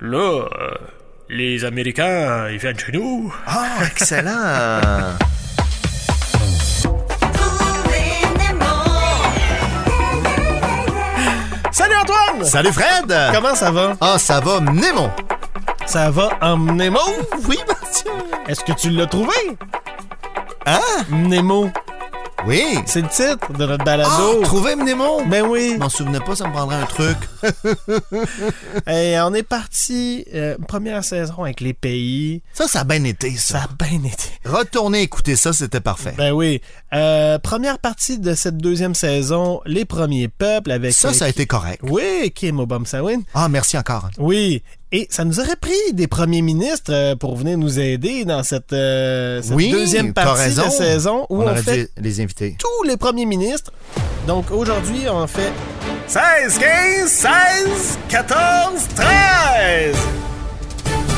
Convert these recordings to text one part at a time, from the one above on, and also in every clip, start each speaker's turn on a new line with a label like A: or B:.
A: Là, euh, les Américains, ils viennent chez nous.
B: Ah, excellent!
A: Salut Antoine!
B: Salut Fred!
A: Comment ça va?
B: Ah, ça va, Nemo!
A: Ça va en Nemo?
B: Oui, Mathieu!
A: Est-ce que tu l'as trouvé?
B: Hein?
A: Nemo,
B: Oui!
A: c'est le titre de notre
B: Ah,
A: balado.
B: trouver Mnemo!
A: ben oui.
B: Je m'en souvenais pas, ça me prendrait un truc.
A: Et on est parti, euh, première saison avec les pays.
B: Ça, ça a bien été, ça.
A: Ça a bien été.
B: Retourner écouter ça, c'était parfait.
A: Ben oui. Euh, première partie de cette deuxième saison, les premiers peuples avec...
B: Ça, ça a été correct.
A: Oui, Kim Obama-Sawin.
B: Ah, merci encore.
A: Oui, et ça nous aurait pris des premiers ministres euh, pour venir nous aider dans cette, euh, cette
B: Oui,
A: deuxième
B: t'as
A: partie de
B: raison.
A: saison où
B: On
A: on,
B: aurait
A: fait
B: dû les inviter.
A: tous les premiers ministres. Donc aujourd'hui, on fait 16, 15, 16, 14, 13.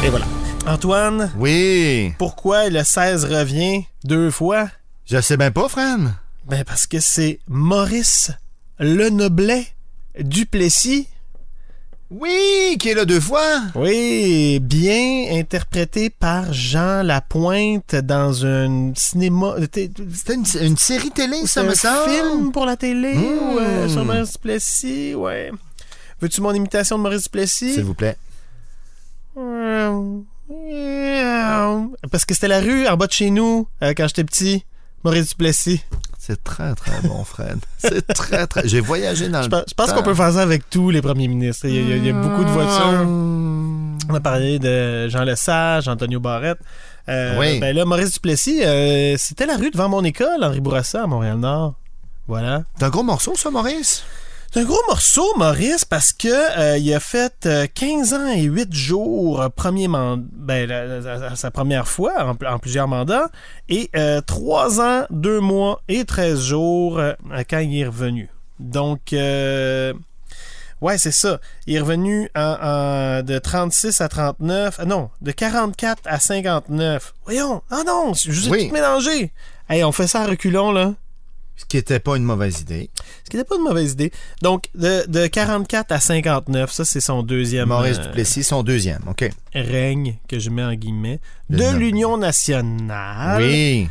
A: Et voilà. Antoine,
B: Oui!
A: pourquoi le 16 revient deux fois?
B: Je sais bien pas, Fred.
A: Ben parce que c'est Maurice Le Noblet Duplessis.
B: Oui, qui est là deux fois.
A: Oui, bien interprété par Jean Lapointe dans un cinéma. t- t-
B: C'était une, une série télé, ça
A: un
B: me semble.
A: film pour la télé
B: Mmh.
A: ou, euh, sur Maurice Duplessis, ouais. Veux-tu mon imitation de Maurice Duplessis?
B: S'il vous plaît.
A: Euh, Parce que c'était la rue en bas de chez nous euh, quand j'étais petit. Maurice Duplessis.
B: C'est très, très bon, Fred. C'est très, très. J'ai voyagé dans
A: Je
B: le.
A: pense, je pense qu'on peut faire ça avec tous les premiers ministres. Il y a, il y a- il y a beaucoup
B: Hmm.
A: de voitures. On a parlé de Jean Lesage, Antonio Barrette. Euh,
B: Oui.
A: Ben là, Maurice Duplessis, euh, c'était la rue devant mon école, Henri Bourassa, à Montréal-Nord. Voilà.
B: C'est un gros morceau, ça, Maurice?
A: C'est un gros morceau, Maurice, parce que euh, il a fait euh, 15 ans et 8 jours, euh, premier man- ben, la- la- la- sa première fois en, pl- en plusieurs mandats, et 3 ans, 2 mois et 13 jours euh, quand il est revenu. Donc, euh, ouais, c'est ça. Il est revenu en- en- de 36 à 39, ah non, de 44 à 59. Voyons, ah non, je vous ai
B: Oui.
A: tout mélangé. Hey, on fait ça à reculons, là.
B: Ce qui n'était pas une mauvaise idée.
A: Ce qui n'était pas une mauvaise idée. Donc, de, de 44 à 59, ça, c'est son deuxième
B: Maurice
A: euh,
B: Duplessis, son deuxième, OK.
A: règne, que je mets en guillemets,
B: Le
A: de
B: nom.
A: l'Union nationale.
B: Oui.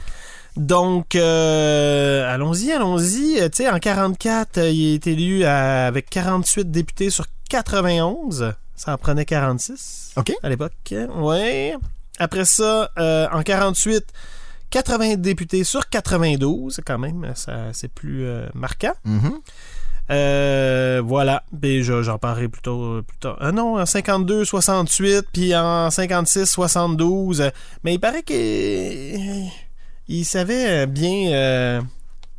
A: Donc, euh, allons-y, allons-y. Euh, Tu sais, en 44, euh, il est élu à- avec 48 députés sur 91. Ça en prenait 46
B: OK.
A: à l'époque. Ouais. Après ça, euh, en 48, 80 députés sur 92, quand même. Ça, c'est plus euh, marquant.
B: Mhm.
A: Euh, voilà. Ben, je- j'en parlerai plus tôt, euh, plus tard. Ah non, en 52, 68, puis en 56, 72. euh, Mais il paraît qu'il il savait euh, bien, euh,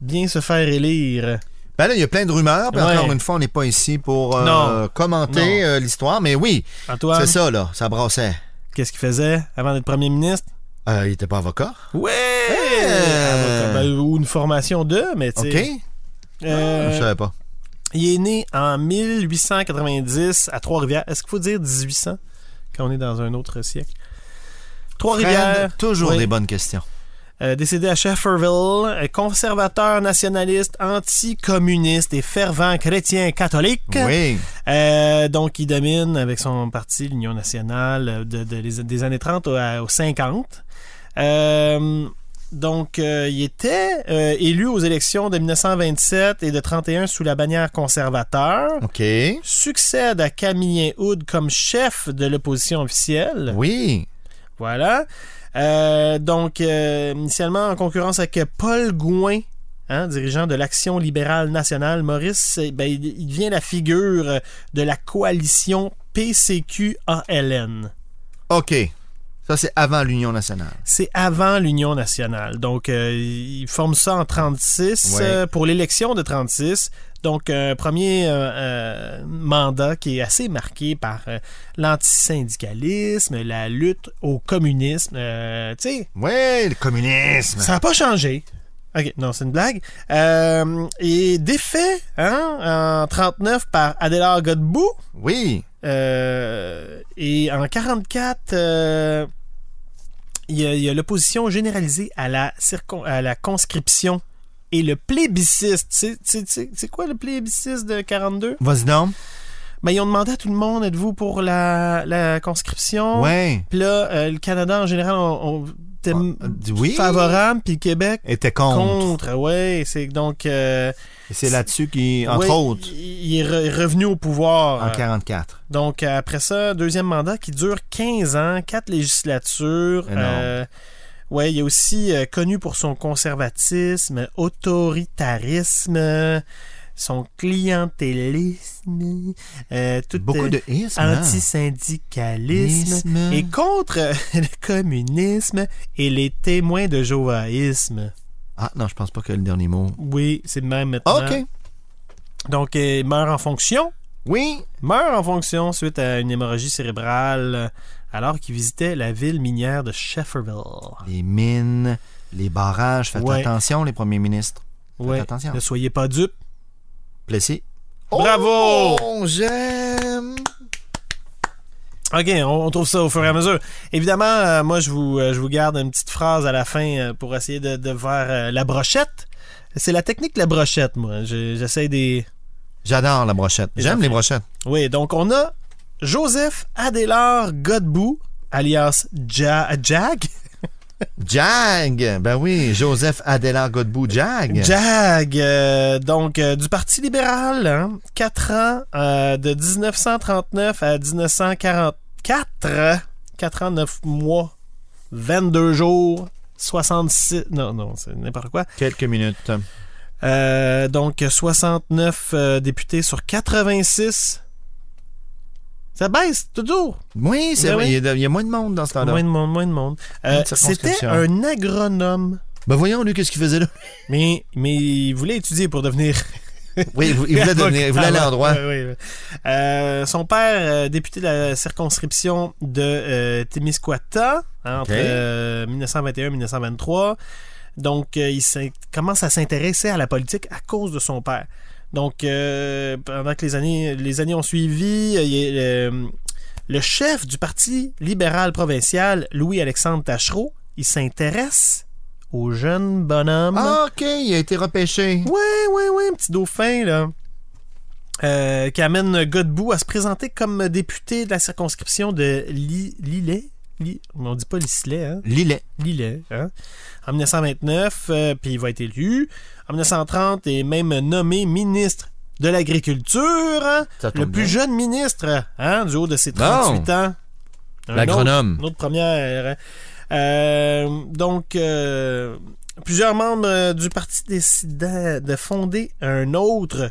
A: bien se faire élire.
B: Ben là, il y a plein de rumeurs. puis
A: Ouais.
B: Encore une fois, on n'est pas ici pour euh,
A: Non.
B: commenter
A: Non. Ben.
B: euh, l'histoire. Mais oui,
A: Antoine,
B: c'est ça, là. Ça brassait.
A: qu'est-ce qu'il faisait avant d'être premier ministre?
B: Euh, il n'était pas avocat.
A: Ouais!
B: Euh.
A: Avocat, ben, ou une formation de, mais tu
B: OK. Ah,
A: sais. euh,
B: Je savais pas.
A: il est né en 1890 à Trois-Rivières. Est-ce qu'il faut dire 1800 quand on est dans un autre siècle? Trois-Rivières.
B: Fred, toujours
A: oui.
B: des bonnes questions.
A: Euh, décédé à Shefferville, euh, conservateur nationaliste, anticommuniste et fervent chrétien catholique.
B: Oui.
A: Euh, donc, il domine avec son parti, l'Union nationale, euh, de, de- les- des années 30 au- à- aux 50. Euh, donc, euh, il était euh, élu aux élections de 1927 et de 31 sous la bannière conservateur.
B: OK.
A: Succède à Camille Houd comme chef de l'opposition officielle.
B: Oui.
A: Voilà. Euh, donc, euh, initialement en concurrence avec Paul Gouin, hein, dirigeant de l'Action libérale nationale, Maurice, eh ben, il il devient la figure euh, de la coalition PCQ-ALN.
B: OK. Ça, c'est avant l'Union nationale.
A: C'est avant l'Union nationale. Donc, euh, il forme ça en 36
B: Ouais.
A: euh, pour l'élection de 36. Donc, un premier euh, euh, mandat qui est assez marqué par euh, l'antisyndicalisme, la lutte au communisme. euh, tu sais,
B: Oui, le communisme.
A: Ça n'a pas changé. OK, non, c'est une blague. Euh, et défait hein, en 39 par Adélard Godbout.
B: Oui.
A: euh, et en 44, euh, il y a- il y a, l'opposition généralisée à la, circon- à la conscription et le plébiscite. C'est- C'est c'est- c'est quoi le plébiscite de 42?
B: Vas-y donc.
A: ben, ils ont demandé à tout le monde êtes-vous pour la, la conscription
B: Ouais.
A: Puis là, euh, le Canada en général, on, on était
B: Ah, oui.
A: favorable, puis le Québec
B: Était contre.
A: contre. Ouais, c'est donc. euh,
B: Et C'est là-dessus qui, entre
A: ouais,
B: autres,
A: Il il est re- revenu au pouvoir.
B: en 44.
A: Donc, euh, après ça, deuxième mandat qui dure 15 ans, quatre législatures.
B: Énorme.
A: Euh, ouais, il est aussi euh, connu pour son conservatisme, autoritarisme, son clientélisme, euh, tout
B: Beaucoup
A: euh,
B: de ismes. hein?
A: antisyndicalisme
B: Isme.
A: et contre euh, le communisme et les témoins de jovaïsme.
B: Ah non, je pense pas que le dernier mot.
A: Oui, c'est le même maintenant.
B: OK.
A: Donc, euh, il meurt en fonction.
B: Oui.
A: meurt en fonction suite à une hémorragie cérébrale euh, alors qu'il visitait la ville minière de Shefferville.
B: Les mines, les barrages. Faites
A: Ouais.
B: attention, les premiers ministres.
A: Ouais.
B: attention.
A: Ne soyez pas dupes.
B: Plessis.
A: Bravo!
B: Oh, J'aime.
A: OK, on, on trouve ça au fur et à mesure. Évidemment, euh, moi, je vous, euh, je vous garde une petite phrase à la fin euh, pour essayer de, de faire euh, la brochette. C'est la technique de la brochette, moi. Je- J'essaie des...
B: J'adore la brochette.
A: Les
B: J'aime
A: enfants.
B: les brochettes.
A: Oui, donc on a Joseph Adélard Godbout, alias Ja- Jag.
B: Jag. Ben oui, Joseph Adélard Godbout Jag.
A: Jag, euh, donc euh, du Parti libéral, hein, 4 ans euh, de 1939 à 1944, 4 ans 9 mois, 22 jours, 66, non, non, c'est n'importe quoi.
B: Quelques minutes.
A: Euh, donc 69 euh, députés sur 86. Ça baisse toujours.
B: Oui, c'est
A: Ben
B: vrai.
A: oui.
B: Il y a de- il y a moins de monde dans ce temps-là.
A: Moins de monde, moins de monde. Euh,
B: Moins de
A: C'était
B: Ah, circonscription.
A: un agronome,
B: Ben voyons, lui, qu'est-ce qu'il faisait là?
A: mais, mais il voulait étudier pour devenir
B: Oui, il vou- il
A: Ah,
B: voulait, devenir, il voulait aller en droit.
A: Oui, oui, oui. Euh, son père, euh, député de la circonscription de euh, Témiscouata, hein, entre
B: Ok.
A: euh, 1921 et 1923. Donc, euh, il s'in- commence à s'intéresser à la politique à cause de son père. Donc, euh, pendant que les années, les années ont suivi, euh, il est, euh, le chef du Parti libéral provincial, Louis-Alexandre Tachereau, il s'intéresse aux jeunes bonhommes.
B: Ah, OK, il a été repêché.
A: Ouais, ouais, ouais, un petit dauphin, là. Euh, qui amène Godbout à se présenter comme député de la circonscription de Li- Lillet. Li- on dit pas Lislet, hein?
B: Lillet.
A: Lillet, hein? En 1929, euh, puis il va être élu. En 1930, il est même nommé ministre de l'agriculture. hein?
B: Ça tombe
A: Le plus
B: bien.
A: jeune ministre, hein, du haut de ses 38 ans. Un autre
B: L'agronome.
A: une autre première. hein. Euh, donc, euh, plusieurs membres euh, du parti décidaient de fonder un autre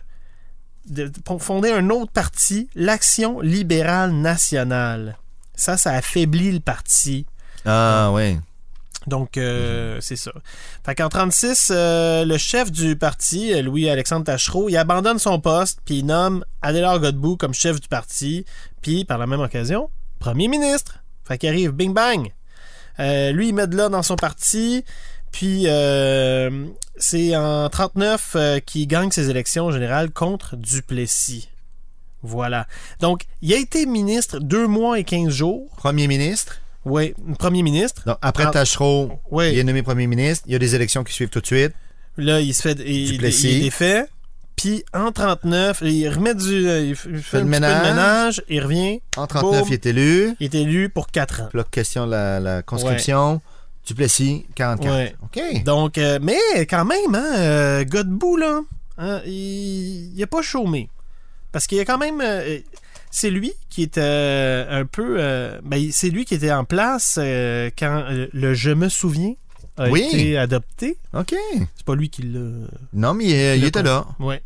A: de pour fonder un autre parti, l'Action libérale nationale. Ça, ça affaiblit le parti.
B: Ah, oui.
A: Donc, euh, c'est ça. Fait qu'en 36, euh, le chef du parti, euh, Louis-Alexandre Tachereau, il abandonne son poste, puis il nomme Adélard Godbout comme chef du parti, puis, par la même occasion, premier ministre. Fait qu'il arrive, bing bang. Euh, lui, il met de là dans son parti, puis euh, c'est en 39 euh, qu'il gagne ses élections générales contre Duplessis. Voilà. Donc, il a été ministre deux mois et 15 jours.
B: Premier ministre.
A: Oui, premier ministre.
B: Donc, après
A: Ah.
B: Tachereau,
A: Oui.
B: il est nommé premier ministre. Il y a des élections qui suivent tout de suite.
A: Là, il se fait. Il,
B: Duplessis.
A: il est défait. Puis en 39, il remet du. euh, Il fait,
B: le
A: un petit peu de
B: ménage.
A: ménage, Il revient.
B: En 39,
A: Boum.
B: il est élu.
A: Il est élu pour 4 ans.
B: Puis là, question de la, la conscription. Duplessis, 44.
A: Ouais.
B: OK.
A: Donc, euh, mais quand même, hein, euh, Godbout, là, hein, il n'a pas chômé. Parce qu'il y a quand même. euh, c'est lui qui est euh, un peu. euh, ben, il- c'est lui qui était en place euh, quand euh, le Je me souviens a
B: Oui.
A: été adopté.
B: OK.
A: C'est pas lui qui l'a.
B: Non, mais il, est- il
A: Le
B: était
A: con-
B: là.
A: Ouais.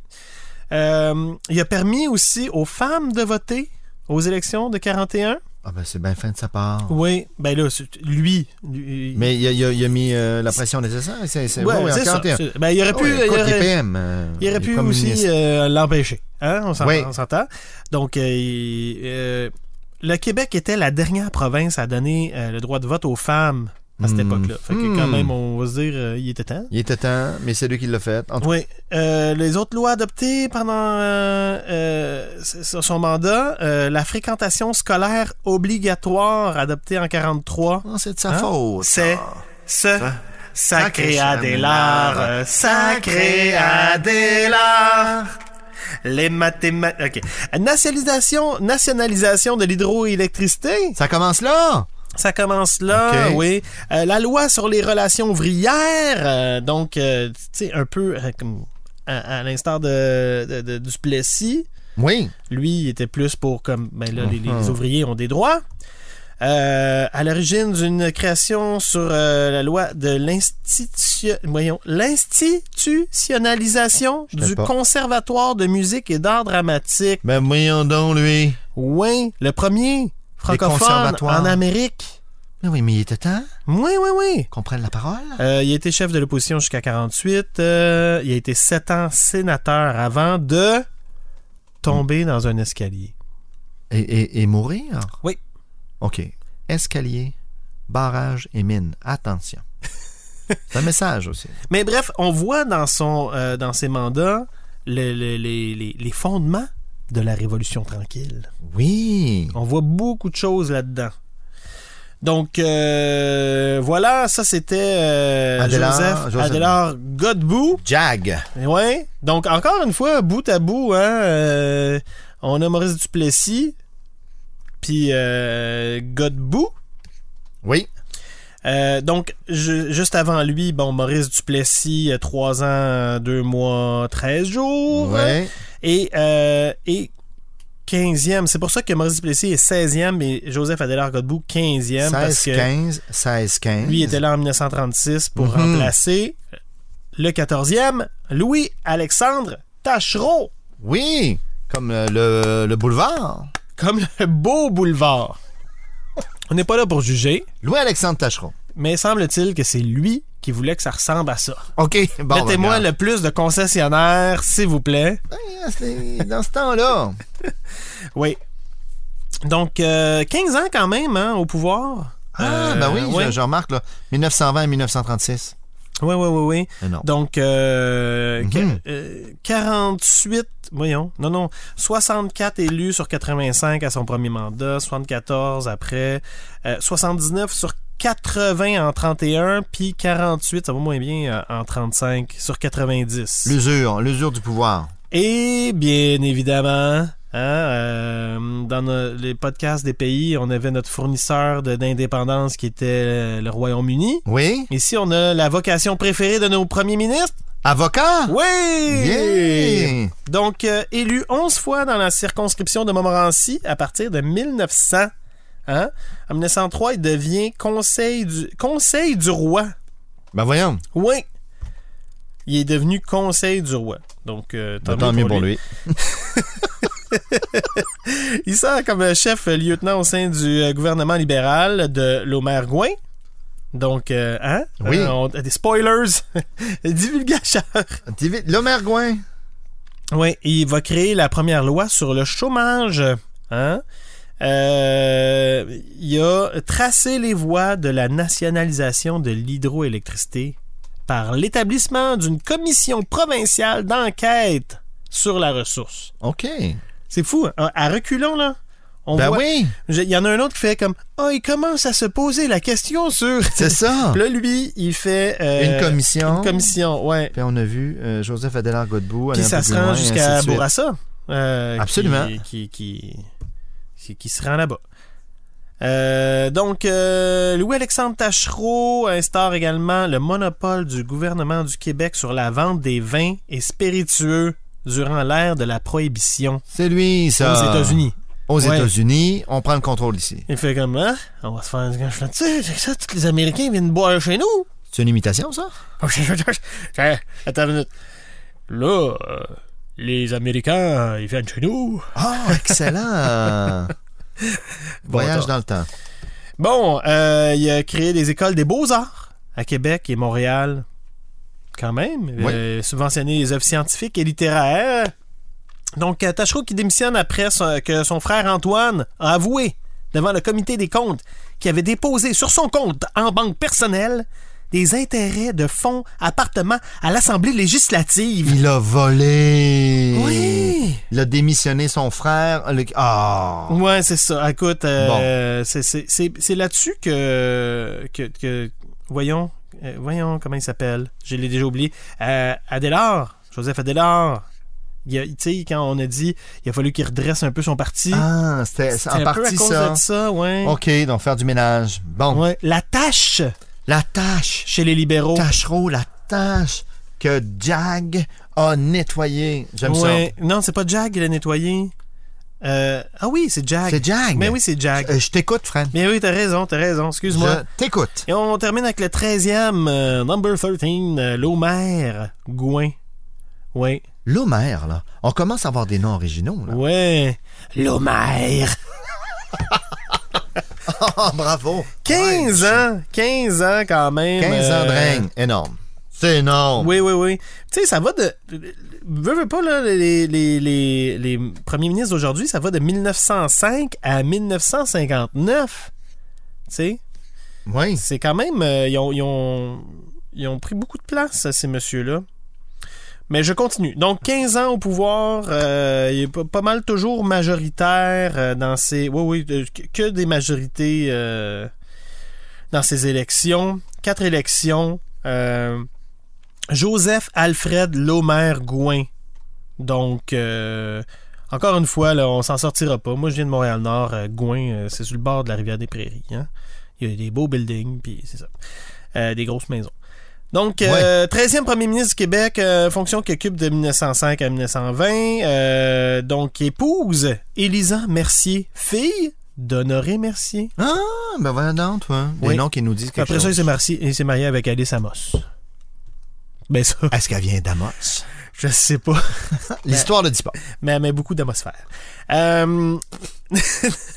A: Euh, il a permis aussi aux femmes de voter aux élections de 41.
B: Ah, ben, c'est bien fin de sa part.
A: Oui, ben là, c'est- lui. lui-
B: Mais il a, il a- il a mis euh, la pression nécessaire. C'est, c'est,
A: Ouais,
B: ouais, en
A: c'est ça,
B: 41.
A: c'est- ben, il aurait pu,
B: Ah Ouais,
A: il
B: contre
A: aurait,
B: l'IPM, euh,
A: il aurait
B: les
A: pu
B: premiers
A: aussi
B: ministres.
A: euh, l'empêcher. Hein? On s'en-
B: Oui.
A: on s'entend. Donc, euh, il- euh, le Québec était la dernière province à donner euh, le droit de vote aux femmes à cette
B: Hmm.
A: époque-là. Fait que
B: Hmm.
A: quand même, on va se dire, euh, il était temps.
B: Il était temps, mais c'est lui qui l'a fait. En tout
A: Oui. Euh, les autres lois adoptées pendant euh, euh, s- sur son mandat, euh, la fréquentation scolaire obligatoire adoptée en 43,
B: cas, c'est de sa
A: Hein?
B: faute. Ah.
A: c'est ce sacré
B: Sacré
A: Adélard,
B: Adélard.
A: euh, sacré Adélard. Les mathématiques. OK. Nationalisation, nationalisation de l'hydroélectricité.
B: Ça commence là?
A: Ça commence là,
B: Ok.
A: oui. Euh, la loi sur les relations ouvrières, euh, donc, euh, tu sais, un peu euh, comme à, à l'instar de, de- de- du Plessis.
B: Oui.
A: Lui, il était plus pour comme ben là, les,
B: Mhm.
A: les ouvriers ont des droits. Euh, à l'origine d'une création sur euh, la loi de l'institution- voyons, l'institutionnalisation
B: sais
A: du
B: pas.
A: Conservatoire de musique et d'art dramatique.
B: Ben voyons donc, lui.
A: Oui, le premier francophone
B: conservatoires.
A: en Amérique.
B: Ben oui, mais il était temps
A: Oui, oui, oui.
B: qu'on prenne la parole.
A: Euh, il a été chef de l'opposition jusqu'à 48. Euh, il a été sept ans sénateur avant de tomber dans un escalier.
B: Et, et- et mourir?
A: Oui.
B: OK. Escalier, barrage et mine. Attention. C'est un message aussi.
A: Mais bref, on voit dans, son, euh, dans ses mandats le- le- les, les- les fondements de la Révolution tranquille.
B: Oui.
A: On voit beaucoup de choses là-dedans. Donc, euh, voilà, ça c'était euh,
B: Adélard-
A: Joseph
B: Joseph-
A: Adélard Godbout.
B: Jag.
A: Eh Ouais. Donc, encore une fois, bout à bout, hein, euh, on a Maurice Duplessis, puis euh, Godbout.
B: Oui.
A: Euh, donc, ju- juste avant lui, bon, Maurice Duplessis, 3 ans, 2 mois, 13 jours.
B: Ouais.
A: Et, euh, et 15e. C'est pour ça que Maurice Duplessis est 16e et Joseph Adélard Godbout, 15e. parce que
B: 16-15. 16-15.
A: lui était là en 1936 pour
B: Mhm.
A: remplacer le 14e, Louis-Alexandre Tachereau.
B: Oui. Comme euh, le, le boulevard.
A: comme le beau boulevard. On n'est pas là pour juger,
B: Louis-Alexandre Tachereau.
A: mais semble-t-il que c'est lui qui voulait que ça ressemble à ça.
B: OK. Bon,
A: Mettez-moi
B: ben,
A: le plus de concessionnaires, s'il vous plaît.
B: regarde. Ben, c'est- Dans ce
A: Euh,
B: temps-là.
A: Oui. Donc, euh, 15 ans quand même hein, au pouvoir.
B: Ah, ben oui,
A: Euh,
B: je-
A: ouais.
B: Je, remarque, là. 1920 1936.
A: Oui, oui, oui, oui.
B: Mais non.
A: Donc, euh, que-
B: Mhm.
A: euh, 48, voyons, non, non, 64 élus sur 85 à son premier mandat, 74 après, euh, 79 sur 80 en 31, puis 48, ça va moins bien, euh, en 35 sur 90.
B: L'usure. L'usure du pouvoir.
A: Et bien évidemment, hein, euh, dans nos- les podcasts des pays, on avait notre fournisseur de- d'indépendance qui était euh, le Royaume-Uni.
B: Oui.
A: Ici, on a la vocation préférée de nos premiers ministres.
B: Avocat.
A: Oui!
B: Yeah.
A: Donc, euh, élu 11 fois dans la circonscription de Montmorency à partir de 1900. Hein? En 1903, il devient conseil du, conseil du roi.
B: Ben voyons.
A: Oui. Il est devenu conseil du roi. Donc, euh, tant, mieux pour lui. Il sert comme euh, chef euh, lieutenant au sein du euh, gouvernement libéral de l'Omer Gouin. Donc, euh, hein?
B: Oui.
A: Euh, on- des spoilers. Divulgacheur.
B: Divi- L'Omergouin.
A: Oui, il va créer la première loi sur le chômage. Hein? Euh, il a tracé les voies de la nationalisation de l'hydroélectricité par l'établissement d'une commission provinciale d'enquête sur la ressource.
B: OK.
A: C'est fou, hein? à reculons là. On
B: ben
A: voit-
B: oui,
A: Je- Il y en a un autre qui fait comme Ah, il commence à se poser la question sur.
B: c'est ça.
A: Puis là, lui, il fait. euh,
B: Une commission.
A: Une commission, ouais.
B: Puis on a vu euh, Joseph Adélard Godbout.
A: Puis
B: aller un
A: ça
B: peu
A: se
B: plus
A: rend
B: loin, et ainsi
A: jusqu'à
B: de suite.
A: Bourassa. euh,
B: Absolument.
A: Qui, qui, qui- qui- qui se rend là-bas. Euh, donc, euh, Louis-Alexandre Tachereau instaure également le monopole du gouvernement du Québec sur la vente des vins et spiritueux durant l'ère de la prohibition
B: C'est lui, ça.
A: aux États-Unis.
B: Aux
A: Ouais.
B: États-Unis, on prend le contrôle ici.
A: Il fait comme, hein, on va se faire un gâche là-dessus, c'est que ça, tous les Américains viennent boire chez nous.
B: C'est une imitation, ça?
A: Attends une minute. Là, euh, les Américains, ils viennent chez nous.
B: Oh, excellent. Voyage
A: attends.
B: dans le temps.
A: Bon, euh, il a créé des écoles des beaux-arts à Québec et Montréal, quand même.
B: Oui.
A: Euh, subventionné les œuvres scientifiques et littéraires. Donc, euh, Tachereau qui démissionne après son- que son frère Antoine a avoué devant le comité des comptes qu'il avait déposé sur son compte en banque personnelle des intérêts de fonds appartements à l'Assemblée législative.
B: Il a volé.
A: Oui!
B: Il a démissionné son frère. le- Ah!
A: Ouais, c'est ça. Écoute, euh, c'est- c'est- c'est c'est là-dessus que, que, que- Voyons. euh, voyons comment il s'appelle. Je l'ai déjà oublié. Euh, Adélard. Joseph Adélard. Il a- Tu sais, quand on a dit, il a fallu qu'il redresse un peu son parti.
B: Ah, c'était
A: C'était
B: en
A: un peu à
B: partie
A: cause
B: ça.
A: de ça, ouais.
B: OK, donc faire du ménage. Bon,
A: Ouais. Oh. La tâche
B: la tâche.
A: chez les libéraux.
B: Tachereau, la tâche que Jag a nettoyée. J'aime
A: Ouais. Non, c'est pas Jag qui l'a nettoyé. Euh, Ah oui, c'est Jag.
B: ça. C'est Jag.
A: Mais oui, c'est Jag.
B: Euh, je t'écoute, Fred.
A: Mais oui, t'as raison, t'as raison, excuse-moi.
B: Je t'écoute.
A: Et on termine avec le 13e, euh, number 13, euh, l'Homère Gouin. Ouais,
B: L'Homère, là. On commence à avoir des noms originaux, là.
A: ouais. L'Homère.
B: Oh, bravo.
A: 15
B: Ouais.
A: ans, 15 ans quand même.
B: 15 ans de
A: euh,
B: règne. Énorme. C'est énorme.
A: Oui, oui, oui. Tu sais, ça va de. Veux, veux pas, là, les, les, les, les premiers ministres d'aujourd'hui, ça va de 1905 à 1959. Tu sais,
B: Oui.
A: c'est quand même. euh, ils, ont, ils, ont, ils ont pris beaucoup de place, ces messieurs-là. Mais je continue. Donc, 15 ans au pouvoir, euh, il est pas, pas mal toujours majoritaire euh, dans ces. Oui, oui, euh, que- que des majorités euh, dans ces élections. Quatre élections. Euh, Joseph Alfred Lomer Gouin. Donc, euh, encore une fois, là, on s'en sortira pas. Moi, je viens de Montréal-Nord. euh, Gouin, euh, c'est sur le bord de la rivière des Prairies. hein. Il y a des beaux buildings, puis c'est ça. Euh, des grosses maisons. Donc, euh, 13e premier ministre du Québec, euh, fonction qu'il occupe de 1905 à 1920. euh, donc, épouse Élisa Mercier, fille d'Honoré Mercier.
B: Ah, ben voilà donc, toi. Des
A: Oui.
B: noms qui nous disent quelque
A: Après ça, il
B: chose.
A: s'est marié, il s'est marié avec Alice Amos. Ben ça,
B: Est-ce qu'elle vient d'Amos?
A: je sais pas.
B: L'histoire ne dit pas.
A: mais elle met beaucoup d'atmosphère. Euh,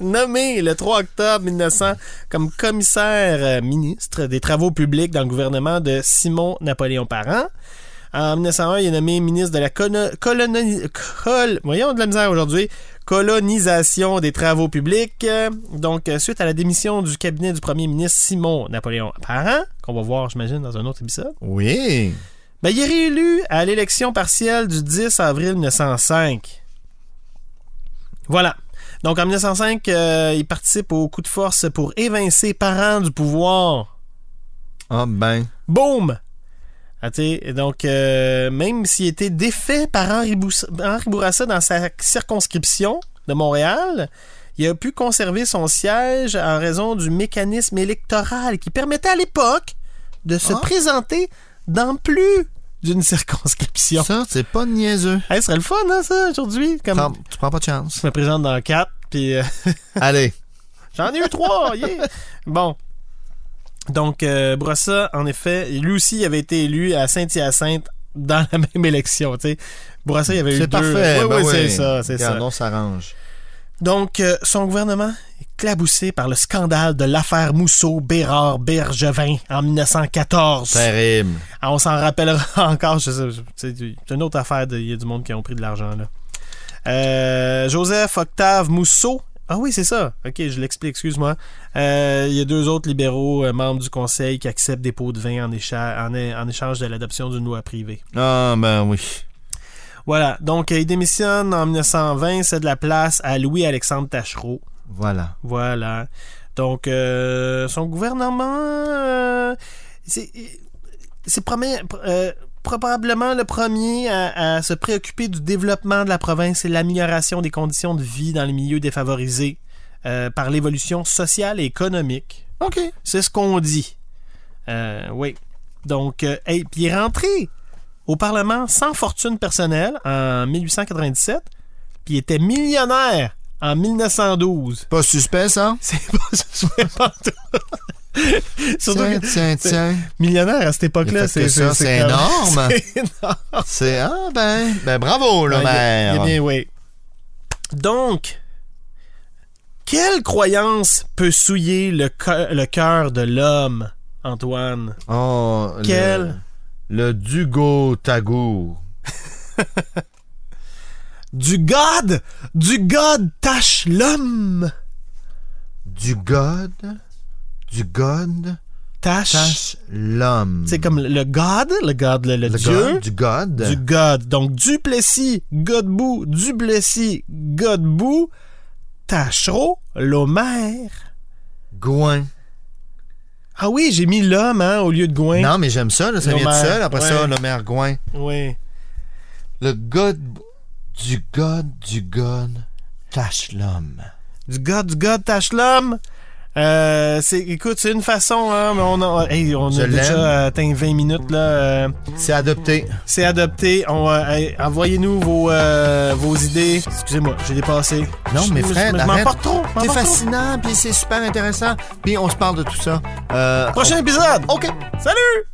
A: Nommé le 3 octobre 1900 comme commissaire euh, ministre des Travaux publics dans le gouvernement de Simon-Napoléon Parent. En 1901, il est nommé ministre de la colo- coloni- col- voyons, de la misère aujourd'hui. colonisation des travaux publics. Euh, Donc, euh, suite à la démission du cabinet du premier ministre Simon-Napoléon Parent, qu'on va voir, j'imagine, dans un autre épisode.
B: Oui.
A: Ben, il est réélu à l'élection partielle du 10 avril 1905. Voilà. Donc en 1905, euh, il participe au coup de force pour évincer parents du pouvoir.
B: Ah ben.
A: Boum! Ah, tu sais, donc, euh, même s'il était défait par Henri, Bous- Henri Bourassa dans sa circonscription de Montréal, il a pu conserver son siège en raison du mécanisme électoral qui permettait à l'époque de se
B: Ah.
A: présenter dans plus d'une circonscription.
B: Ça, c'est pas niaiseux.
A: Hey, ce serait le fun, hein, ça, aujourd'hui? Comme
B: Prends- tu prends pas de chance.
A: je me présente dans quatre, puis euh,
B: Allez.
A: j'en ai eu trois, yeah! Bon. Donc, euh, Brossa, en effet, lui aussi, il avait été élu à Saint-Hyacinthe dans la même élection, tu sais. Brossa, il avait eu
B: C'est
A: deux.
B: parfait.
A: Oui,
B: ben
A: oui,
B: oui.
A: c'est ça, c'est
B: Regarde,
A: ça.
B: On s'arrange.
A: Donc, euh, son gouvernement est claboussé par le scandale de l'affaire Mousseau-Bérard-Bergevin en 1914.
B: Terrible.
A: Ah, on s'en rappellera encore. je sais- je- C'est c'est une autre affaire. de- Il y a du monde qui ont pris de l'argent. là. Euh, Joseph Octave Mousseau. Ah oui, c'est ça. Ok, je l'explique, excuse-moi. Euh, il y a deux autres libéraux euh, membres du conseil qui acceptent des pots de vin en, écha- en é- en échange de l'adoption d'une loi privée.
B: Ah ben oui.
A: Voilà, donc euh, il démissionne en 1920, c'est de la place à Louis-Alexandre Tachereau.
B: Voilà.
A: Voilà. Donc, euh, son gouvernement, euh, c'est c'est promet- euh, probablement le premier à, à se préoccuper du développement de la province et l'amélioration des conditions de vie dans les milieux défavorisés euh, par l'évolution sociale et économique.
B: OK.
A: C'est ce qu'on dit. Euh, oui. Donc, euh, hey, puis il est rentré au Parlement sans fortune personnelle en 1897, puis il était millionnaire en 1912.
B: Pas suspect, ça?
A: C'est pas suspect pantoute. Surtout
B: Tiens,
A: que
B: tiens, tiens.
A: millionnaire à cette
B: Il a
A: époque-là,
B: fait
A: c'est
B: que ça, c'est
A: comme-
B: énorme.
A: c'est énorme.
B: C'est... Ah ben... Ben bravo, le
A: Ouais, Ah, il y a- il y a
B: maire.
A: bien- oui. Donc, quelle croyance peut souiller le, co- le cœur de l'homme, Antoine?
B: Oh, le-
A: Quel-
B: Le Dugo Tagour.
A: Du God! Du God tâche l'homme!
B: Du God... Du God...
A: Tâche.
B: Tâche l'homme.
A: C'est comme le God, le God, le, le
B: le
A: Dieu.
B: God, du God.
A: du God. Donc Duplessis, Godbout, Duplessis, Godbout, Tachereau, Lomère.
B: Gouin.
A: Ah oui, j'ai mis l'homme hein, au lieu de Gouin.
B: Non, mais j'aime ça, là, ça vient tout
A: L'Homère,
B: seul. Après ça,
A: ouais.
B: le maire Gouin.
A: Oui.
B: Le God du God du God cache l'homme.
A: Du God, du God, tâche l'homme. Euh, c'est, écoute, c'est une façon, hein, mais on a, hey, on
B: Je
A: a
B: l'aime.
A: déjà atteint 20 minutes, là. euh,
B: C'est adopté.
A: c'est adopté. On, euh, hey, envoyez-nous vos, euh, vos idées. Excusez-moi, j'ai dépassé.
B: Non,
A: Je-
B: mais
A: je-
B: Fred,
A: je m'en
B: arrête.
A: porte trop. je m'en porte
B: C'est
A: trop.
B: fascinant, puis c'est super intéressant, puis on se parle de tout ça. Euh,
A: Prochain épisode.
B: OK.
A: Salut!